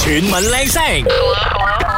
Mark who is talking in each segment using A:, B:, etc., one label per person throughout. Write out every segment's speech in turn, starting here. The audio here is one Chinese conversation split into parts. A: 全民靚聲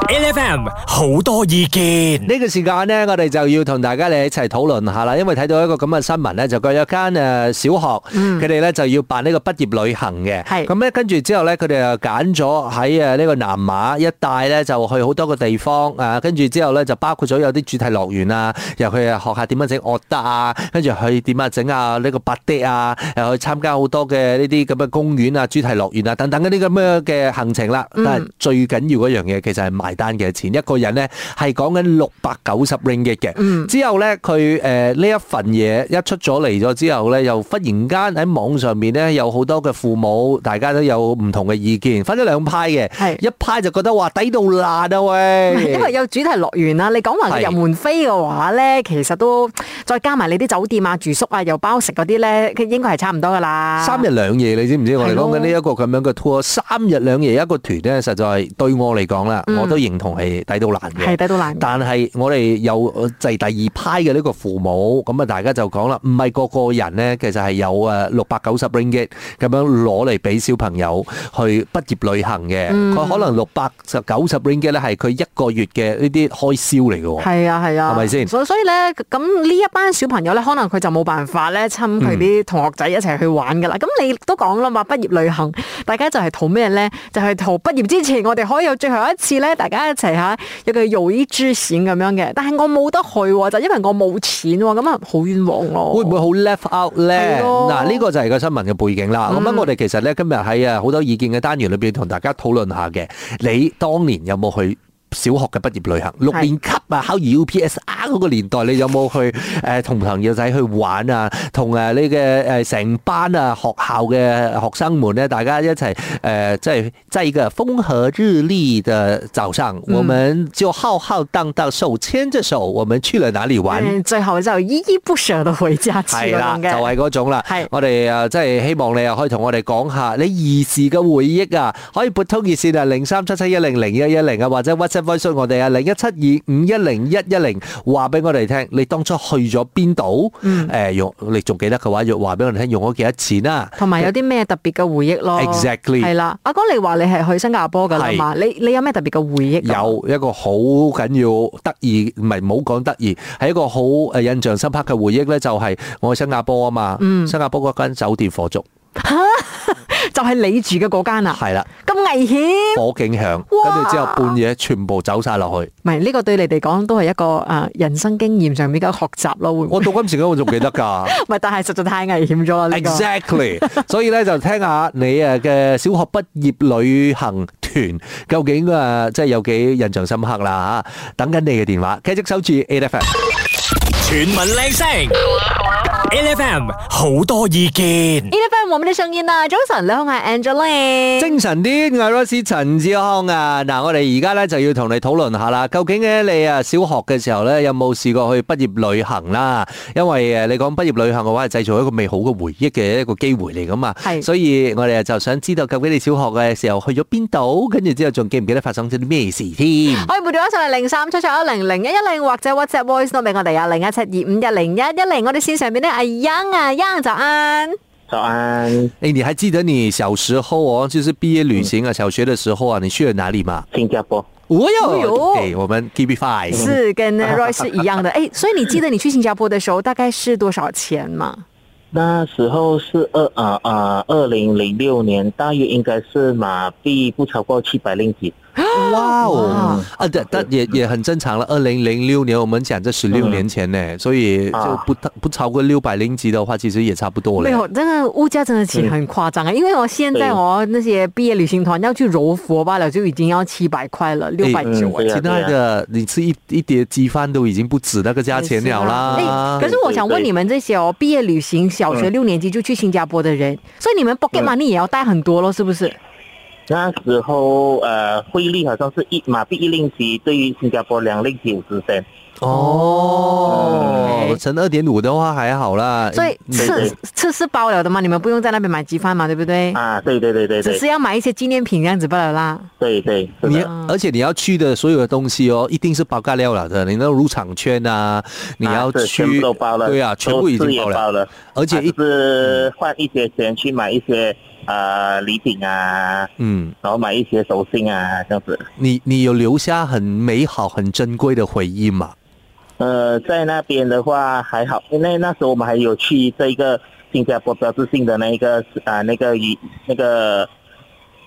A: ，LFM 好多意見。
B: 呢個時間呢，我哋就要同大家嚟一齊討論下啦，因為睇到一個咁嘅新聞呢，就佢有間誒小學，佢哋呢就要辦呢個畢業旅行嘅。
C: 係
B: 咁呢，跟住之後呢，佢哋就揀咗喺誒呢個南馬一帶呢，就去好多個地方啊。跟住之後呢，就包括咗有啲主題樂園啊，由佢啊學下點樣整樂德啊，跟住去點啊整啊呢個白的啊，又去參加好多嘅呢啲咁嘅公園啊、主題樂園啊等等嗰啲咁樣嘅行程啦。但係最緊要嗰樣嘢其實係埋單嘅錢，一個人呢係講緊六百九十 ringgit 嘅。之後呢，佢誒呢一份嘢一出咗嚟咗之後呢，又忽然間喺網上面呢，有好多嘅父母，大家都有唔同嘅意見，分咗兩派嘅。
C: 係
B: 一派就覺 得話抵到爛啊
C: 唔係因為
B: 喂！
C: 有主題樂園啊，你講話
B: 係
C: 佢入門飛嘅話咧，其實都再加埋你啲酒店啊、住宿啊、又包食嗰啲咧，佢應該係差唔多噶啦。
B: 三日兩夜，你知唔知？我哋
C: 係咯
B: 講緊呢一個咁樣嘅 tour，三日兩夜一個團呢，實在對我嚟講啦，我都認同係抵到爛嘅。
C: 係低到難。
B: 但係我哋有呃就係第二派嘅呢個父母，咁啊大家就講啦，唔係個個人呢，其實係有誒六百九十 ringgit 咁樣攞嚟俾小朋友去畢業旅行嘅，佢、可能六百九十 ringgit 咧係佢一個月嘅呢啲開銷嚟嘅喎。
C: 係啊係啊，
B: 係咪先
C: 所所以咧，咁呢一班小朋友咧，可能佢就冇辦法咧，親
B: 嗯
C: 佢啲同學仔一齊去玩噶啦。咁、你都講啦嘛，畢業旅行，大家就係圖咩咧？就係、圖畢業之前，我哋可以有最後一次咧，大家一齊嚇有個友誼之閃咁樣嘅。但係我冇得去喎，就因為我冇錢喎，咁啊好冤枉咯。
B: 會唔會好 left out 咧？
C: 係咯
B: 嗱，呢個就係個新聞嘅背景啦。咁啊樣我哋其實咧今日喺啊好多意見嘅單元裏邊同大家討論下嘅，你當年有冇去？小學嘅畢業旅行，六
C: 係
B: 年級啊，考 UPSR 嗰個年代，你有冇去誒同朋友仔去玩啊？同誒你嘅誒成班啊學校嘅學生們咧，大家一齊誒、呃，即係在一個風和日麗的早上，我們就浩浩蕩蕩手牽着手，我們去了哪裡玩？
C: 嗯最後就依依不捨到回家去
B: 係
C: 嗰
B: 啦，
C: 種
B: 就
C: 嘅。
B: 係嗰種啦。
C: 係
B: 我哋啊，即係希望你又可以同我哋講下你兒時嘅回憶啊，可以撥通熱線啊，零三七七一零零一一零啊，或者 WhatsApp voice 我哋啊，零一七二五一零一一零，話俾我哋聽，你當初去咗邊度？
C: 嗯
B: 誒，用你仲記得嘅話，要話俾我哋聽，用咗幾多啊錢啦？
C: 同埋有啲咩特別嘅回憶咯
B: Exactly
C: 係啦。阿哥，你話你係去新加坡㗎啦
B: 係
C: 嘛？你你有咩特別嘅回憶啊？
B: 有一個好緊要得意，唔係冇講得意，係一個好誒印象深刻嘅回憶咧，就係我去新加坡啊嘛，
C: 嗯
B: 新加坡嗰間酒店火燭，
C: 就係你住嘅嗰間啊，
B: 係啦。
C: 咁危險。
B: 火警響，
C: 哇
B: 跟住之後半夜全部走晒落去。
C: 唔係呢個對你哋講都係一個誒、呃人生經驗上面嘅學習咯，會唔會？
B: 我到今時今日我仲記得㗎
C: 唔係，但係實在太危險咗啦呢個。
B: ，exactly。所以咧就聽下你誒嘅小學畢業旅行團究竟誒即係有幾印象深刻啦嚇。等緊你嘅電話，繼續守住 A F M。
A: 全民靚聲，LFM 好多意見。
C: e f m 我們的聲音啊，早晨，你好，我係 Angeline。
B: 精神啲，我係 Rosie 陳志康啊！嗱，我哋而家咧就要同你討論下啦，究竟咧你啊小學嘅時候咧有冇試過去畢業旅行啦？因為呃誒你講畢業旅行嘅話係製造一個美好嘅回憶嘅一個機會嚟噶嘛，
C: 係
B: 所以我哋啊就想知道究竟你小學嘅時候去咗邊度，跟住之後仲記唔記得發生咗啲咩事 添？
C: 可以撥電話上嚟零三七七一零零一一零或者 WhatsApp voice note 俾我哋啊，零一七二五一零一一零。我哋線上邊咧，阿欣啊，欣就安。
D: 早安，
B: 誒，你還記得你小時候哦，就是畢業旅行啊，小學的時候啊，你去了哪裡嘛？
D: 新加坡，
B: 我
C: 哎
B: 有，
C: 呦
B: 誒，我們 Give Me Five。
C: 是跟 Roy 是一样的。哎，所以你记得你去新加坡的时候大概是多少钱吗？
D: 那时候是二啊啊，二零零六年，大约应该是马币不超过七百令吉。
B: 哇哦
C: 哇！
B: 啊，但但也也很正常了。二零零六年，我们讲这十六
D: 嗯
B: 年前呢，所以就
D: 啊
B: 不不超过六百零级的话，其实也差不多了。
C: 没有，真的物价真的起很夸张啊！因为我现在
D: 对
C: 哦，那些毕业旅行团要去柔佛罢了，就已经要七百块了，六百九
D: 嗯对啊
B: 亲爱的，你吃一一碟鸡饭都已经不止那个价钱了啦
D: 啊
C: 哎。可是我想问
D: 对
C: 你们这些哦，毕业旅行小学六年级就去新加坡的人，所以你们 pocket
D: 嗯
C: money 也要带很多咯，是不是？
D: 那时候呃，汇率好像是一马币一令吉，对于新加坡两令吉五十三。
B: 哦，
C: 哎
B: 乘二点五的话还好啦。
C: 所以
B: 嗯
D: 对
C: 吃
D: 对
C: 吃是包了的嘛，你们不用在那边买鸡饭嘛，对不对？
D: 啊，对对对对
C: 只
D: 对
C: 是要买一些纪念品这样子罢了啦。
D: 对对，是
B: 你
D: 的，
C: 的
B: 而且你要去的所有的东西哦，一定是包干料了的。你那入场券啊，你要
D: 啊是全
B: 去
D: 部都包了，
B: 对啊，全部已
D: 都是
B: 经
D: 也
B: 包了，
D: 包了，
B: 而且
D: 啊
B: 一
D: 只是换一些钱去买一些呃礼品啊，
B: 嗯，
D: 然后买一些手信啊这样子。
B: 你你有留下很美好、很珍贵的回忆吗？
D: 呃，在那边的话还好，因为那时候我们还有去这一个新加坡标志性的那一个啊、那个鱼那个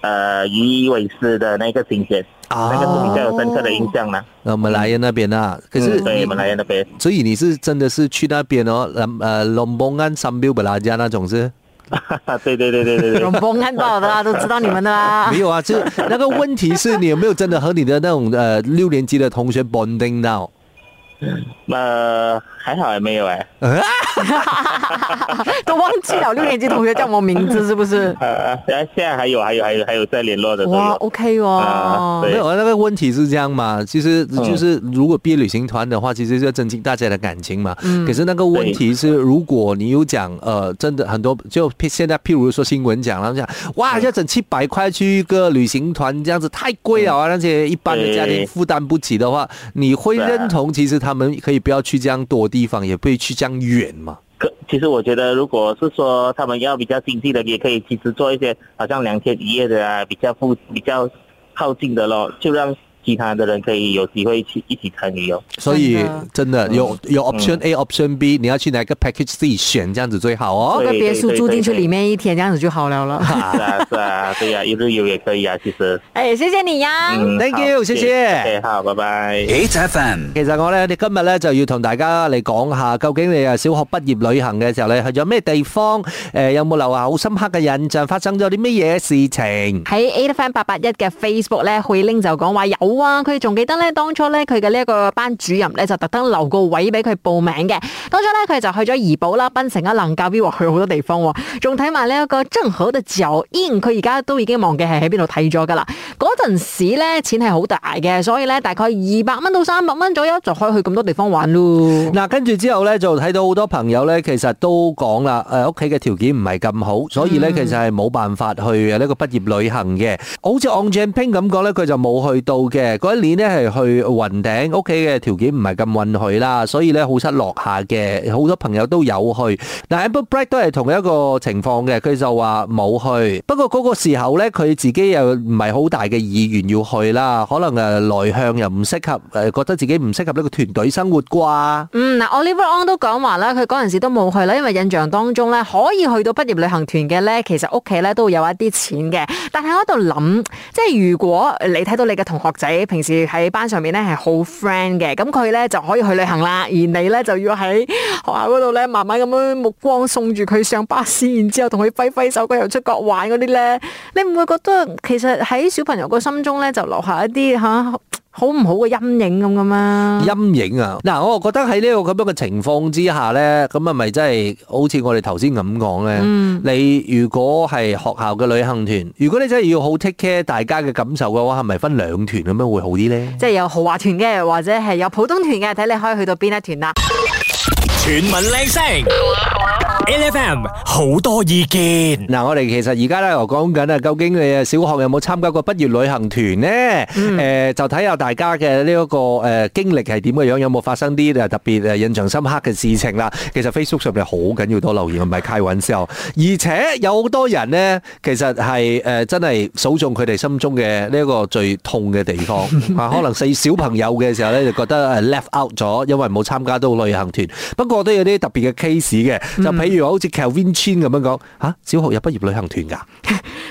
D: 呃鱼尾狮的那个景点，
B: 啊
D: 那个是比较有深刻的印象啦。
B: 呃，马来亚那边啊，可是
D: 嗯对，马来亚那边。
B: 所以你是真的是去那边哦，呃呃，龙邦安、三标布拉加那种是？
D: 对对对对对 对
C: 容崩安爆的啦，都知道你们的啦
B: 没。有啊，就是那个问题是你有没有真的和你的那种呃六年级的同学 bonding 到？
D: 呃，还好还没有哎、
B: 啊
C: 都忘记 了六年级同学叫我名字是不是？
D: 呃，现在还有还有还有还有在联络的都
C: 哇
D: 有。
C: ，OK
D: 啊
C: 哦
D: 对。
B: 没有啊，那个问题是这样嘛，其实就是如果毕业旅行团的话，其实是要增进大家的感情嘛。可是那个问题是，如果你有讲呃，真的很多，就譬现在譬如说新闻讲，然后讲哇，要整七百块去一个旅行团，这样子太贵了啊，那些一般的家庭
D: 对
B: 负担不起的话，你会
D: 是啊
B: 认同其实他们可以不要去这样多地方，也不会去这样远嘛？
D: 可其实我觉得，如果是说他们要比较经济的，也可以其实做一些好像两天一夜的啊，比较附比较靠近的咯，就让其他的人可以有机会去一起参与 哦。
B: 所以真的
D: 嗯
B: 有有 option A、option B，你要去哪个 package 自己选，这样子最好
C: 找
B: 哦。
C: 个
D: 对
C: 别
D: 对
C: 墅
D: 对
C: 住
D: 对
C: 进去
D: 对
C: 里面一天，这样子就好了 了。
D: 是啊是啊，对呀、一日游也可以啊，其实。
C: 哎，谢谢你呀。
D: 嗯
B: Thank
D: 好
B: you，谢谢
D: OK，好，拜拜。
A: 8FM,
B: 其實我咧，你今日咧就要同大家嚟講下，究竟你啊小學畢業旅行嘅時候，你去咗咩地方？诶、有冇留下好深刻嘅印象？發生咗啲咩嘢事情？
C: 喺 A F M 八八一嘅 Facebook 咧，慧玲就講話有啊，佢仲記得咧當初咧佢嘅呢一個班主任咧就特登留個位俾佢報名嘅。當初咧佢就去咗怡保啦、檳城啊、能教 V 去好多地方喎，仲睇埋呢一個真好嘅酒宴，佢而家都已經忘記係喺邊度睇咗㗎啦。嗰陣時咧錢係好大嘅，所以咧大概二百蚊到三百蚊左右就可以去咁多地方玩咯。
B: 嗱，跟住之後咧，就睇到好多朋友咧，其實都講啦，誒屋企嘅條件唔係咁好，所以咧其實係冇辦法去呃呢個畢業旅行嘅。好似 On j a m p i n 咁講咧，佢就冇去到嘅。嗰一年咧係去雲頂，屋企嘅條件唔係咁允許啦，所以咧好失落下嘅。好多朋友都有去，但 Amber Bright 都係同一個情況嘅，佢就話冇去。不過嗰個時候咧，佢自己又唔係好大嘅意願要去啦，可能誒內向又唔適合，誒覺得自己唔適合呢個團隊生活啩。
C: 嗯，嗱，Oliver On 都講話啦，佢嗰陣時都冇去啦，因為印象當中咧，可以去到畢業旅行團嘅咧，其實屋企咧都會有一啲錢嘅。但係我喺度諗，即係如果你睇到你嘅同學仔平時喺班上面咧係好 friend 嘅，咁佢咧就可以去旅行啦，而你咧就要喺學校嗰度咧慢慢咁樣目光送住佢上巴士，然之後同佢揮揮手，佢又出國玩嗰啲咧，你唔會覺得其實喺小朋友個心中咧就留下一啲吓啊好唔好嘅陰影咁噶嘛？
B: 陰影啊！嗱，我覺得喺呢個咁樣嘅情況之下呢，咁係咪真係好似我哋頭先咁講呢？你如果係學校嘅旅行團，如果你真係要好 take care 大家嘅感受嘅話，係咪分兩團咁樣會好啲呢？
C: 即係有豪華團嘅，或者係有普通團嘅，睇你可以去到邊一團啦。
A: chuyển mình lên sóng, LFM, nhiều ý kiến.
B: 嗱，我哋其實而家咧又講緊啊，究竟你啊小學有冇參加過畢業旅行團呢？誒、就睇下大家嘅呢一個誒經歷係點嘅樣，有冇發生啲誒特別誒印象深刻嘅事情啦？其實 Facebook 上面好緊要多留言，唔係開玩笑，而且有好多人呢，其實係誒真係數中佢哋心中嘅呢一個最痛嘅地方 啊，可能細小朋友嘅時候咧就覺得誒 left out 咗，因為冇參加到旅行團。不過都有啲特別嘅 case 嘅，就譬如好似 Kelvin Chin 咁樣講嚇、啊小學有畢業旅行團㗎。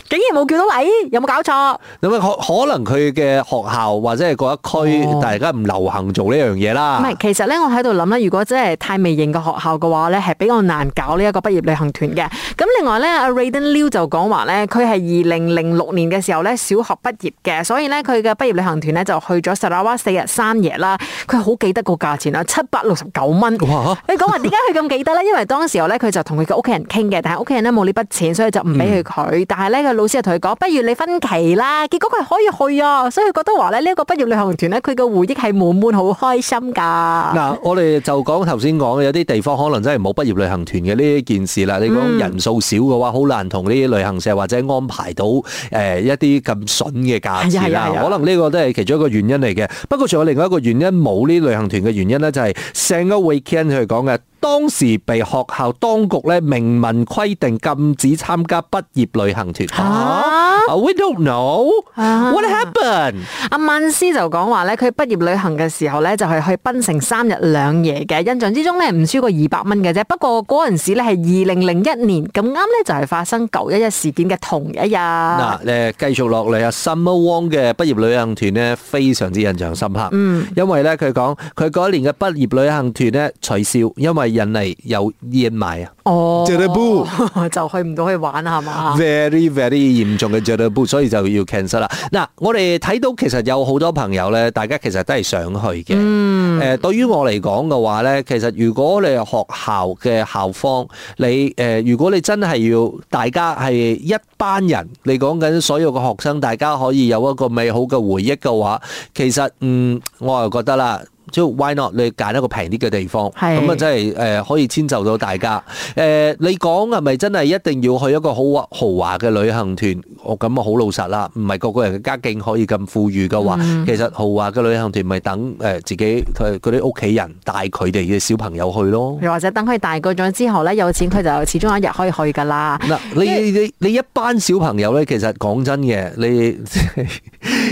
C: 竟然冇叫到你，有冇搞錯？
B: 咁啊，可可能佢嘅學校或者係嗰一區，
C: 哦
B: 大家唔流行做呢樣嘢啦。
C: 唔係，其實咧，我喺度諗咧，如果真係太微型嘅學校嘅話咧，係比較難搞呢一個畢業旅行團嘅。咁另外咧，阿 Raden Liu 就講話咧，佢係二零零六年嘅時候咧，小學畢業嘅，所以咧佢嘅畢業旅行團咧就去咗砂拉哇四日三夜啦。佢好記得個價錢啊，七百六十九蚊。
B: 哇
C: 你講話點解佢咁記得咧？因為當時候咧，佢就同佢嘅屋企人傾嘅，但係屋企人咧冇呢筆錢，所以就唔俾佢佢。但係咧，個老師就同佢講，不如你分期啦。結果佢可以去啊，所以佢覺得話咧，呢一個畢業旅行團咧，佢嘅回憶係滿滿，好開心㗎。
B: 嗱，我哋就講頭先講嘅有啲地方可能真係冇畢業旅行團嘅呢件事啦。你
C: 嗯
B: 講人數少嘅話，好難同呢啲旅行社或者安排到誒、呃一啲咁筍嘅價錢啦
C: 係啊係啊。係啊
B: 可能呢個都係其中一個原因嚟嘅。不過仲有另外一個原因冇呢旅行團嘅原因咧，就係、成個 weekend 佢講嘅當時被學校當局咧明文規定禁止參加畢業旅行團。
C: 啊
B: We don't know
C: 啊
B: what happened。
C: 阿敏斯就講話咧，佢畢業旅行嘅時候咧，就係去檳城三日兩夜嘅，印象之中咧唔超過二百蚊嘅啫。不過嗰陣時咧係二零零一年，咁啱咧就係發生九一一事件嘅同一日。
B: 嗱，誒繼續落嚟啊，Summer Wong 嘅畢業旅行團咧非常之印象深刻，嗯，因為咧佢講佢嗰一年嘅畢業旅行團咧取消，因為印尼有煙霾啊
C: 哦，
B: Jerebu
C: 就去唔到去玩 係嘛？
B: ，very very 嚴重嘅 j e b 所以就要 cancel 啦。嗱，我哋睇到其實有好多朋友咧，大家其實都係想去嘅，嗯，誒對於我嚟講嘅話咧，其實如果你係學校嘅校方，你誒、如果你真係要大家係一班人，你講緊所有嘅學生，大家可以有一個美好嘅回憶嘅話，其實嗯，我又覺得啦。即係 why not？你揀一個平啲嘅地方，
C: 係
B: 咁啊真係誒、可以遷就到大家。誒、你講係咪真係一定要去一個好華豪華嘅旅行團？我咁啊好老實啦，唔係個個人嘅家境可以咁富裕嘅話，其實豪華嘅旅行團咪等誒、自己佢嗰啲屋企人帶佢哋嘅小朋友去咯。
C: 又或者等佢大個咗之後咧，有錢佢就始終有一日可以去㗎啦。
B: 嗱，你你你一班小朋友咧，其實講真嘅，你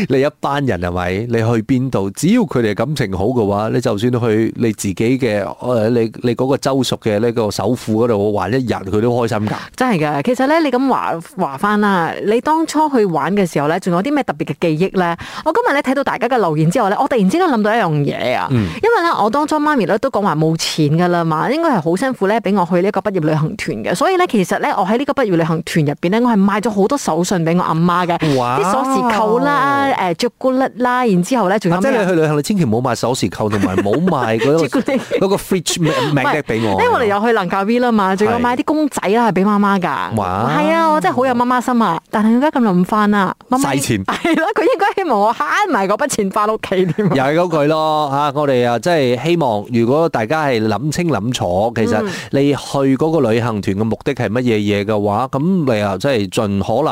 B: 你一班人係咪？你去邊度？只要佢哋感情好嘅話，你就算去你自己嘅誒，你你嗰個州屬嘅呢個首府嗰度玩一日，佢都開心㗎。
C: 真係㗎，其實咧，你咁話話翻啦，你當初去玩嘅時候咧，仲有啲咩特別嘅記憶咧？我今日咧睇到大家嘅留言之後咧，我突然之間諗到一樣嘢啊，
B: 嗯
C: 因為咧我當初媽咪咧都講話冇錢㗎啦嘛，應該係好辛苦咧俾我去呢個畢業旅行團嘅，所以咧其實咧我喺呢個畢業旅行團入邊咧，我係買咗好多手信俾我阿媽嘅，
B: 哇哦
C: 啲鎖匙扣啦、誒朱古力啦，然之後咧仲有
B: 啊即係你
C: 咩？啊
B: 去旅行，你千祈唔好買鎖匙扣同埋唔好買嗰 個
C: 朱古力
B: 嗰個 fridge 名
C: 唔係
B: 名俾我。
C: 因為我哋有去能教 V 啦嘛，仲有
B: 哦係
C: 買啲公仔啦，係俾媽媽㗎。
B: 哇
C: 係啊，我真係好有媽媽心啊！但係而家咁諗翻啦，媽媽
B: 嘥錢
C: 係啦，佢應該希望我慳埋嗰筆錢翻屋 企添啊。
B: 又係嗰句咯嚇，我哋啊，即係希望，如果大家係諗清諗楚，其實你去嗰個旅行團嘅目的係乜嘢嘢嘅話，咁你啊，即係盡可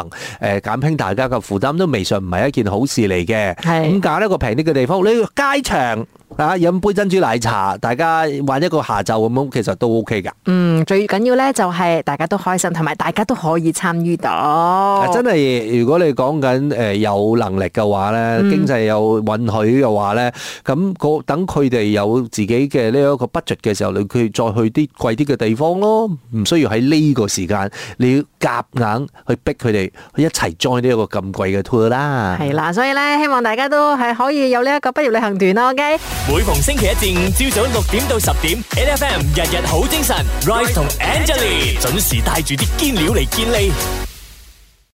B: 能誒減輕大家嘅負擔，都未嘗唔係一件好事嚟嘅。
C: 係
B: 咁揀一個平啲嘅地方，你街場啊飲杯珍珠奶茶，大家玩一個下晝咁樣，其實都 OK 㗎。
C: 嗯，最緊要咧就係大家都開心，同埋大家都可以參與到
B: 啊。真係，如果你講緊誒有能力嘅話咧，經濟有允許嘅話咧，咁個等佢哋有自己嘅呢一個 budget 嘅時候，你佢再去啲貴啲嘅地方咯，唔需要喺呢個時間，你要夾硬去逼佢哋去一齊 join 呢一個咁貴嘅 tour 啦。
C: 係啦，所以咧希望大家都係可以有呢一個畢業旅行團啦。OK，
A: 每逢星期一至五朝早六點到十點，N F M 日日好精神，Rise 同 Angelie 準時帶住啲堅料嚟健利。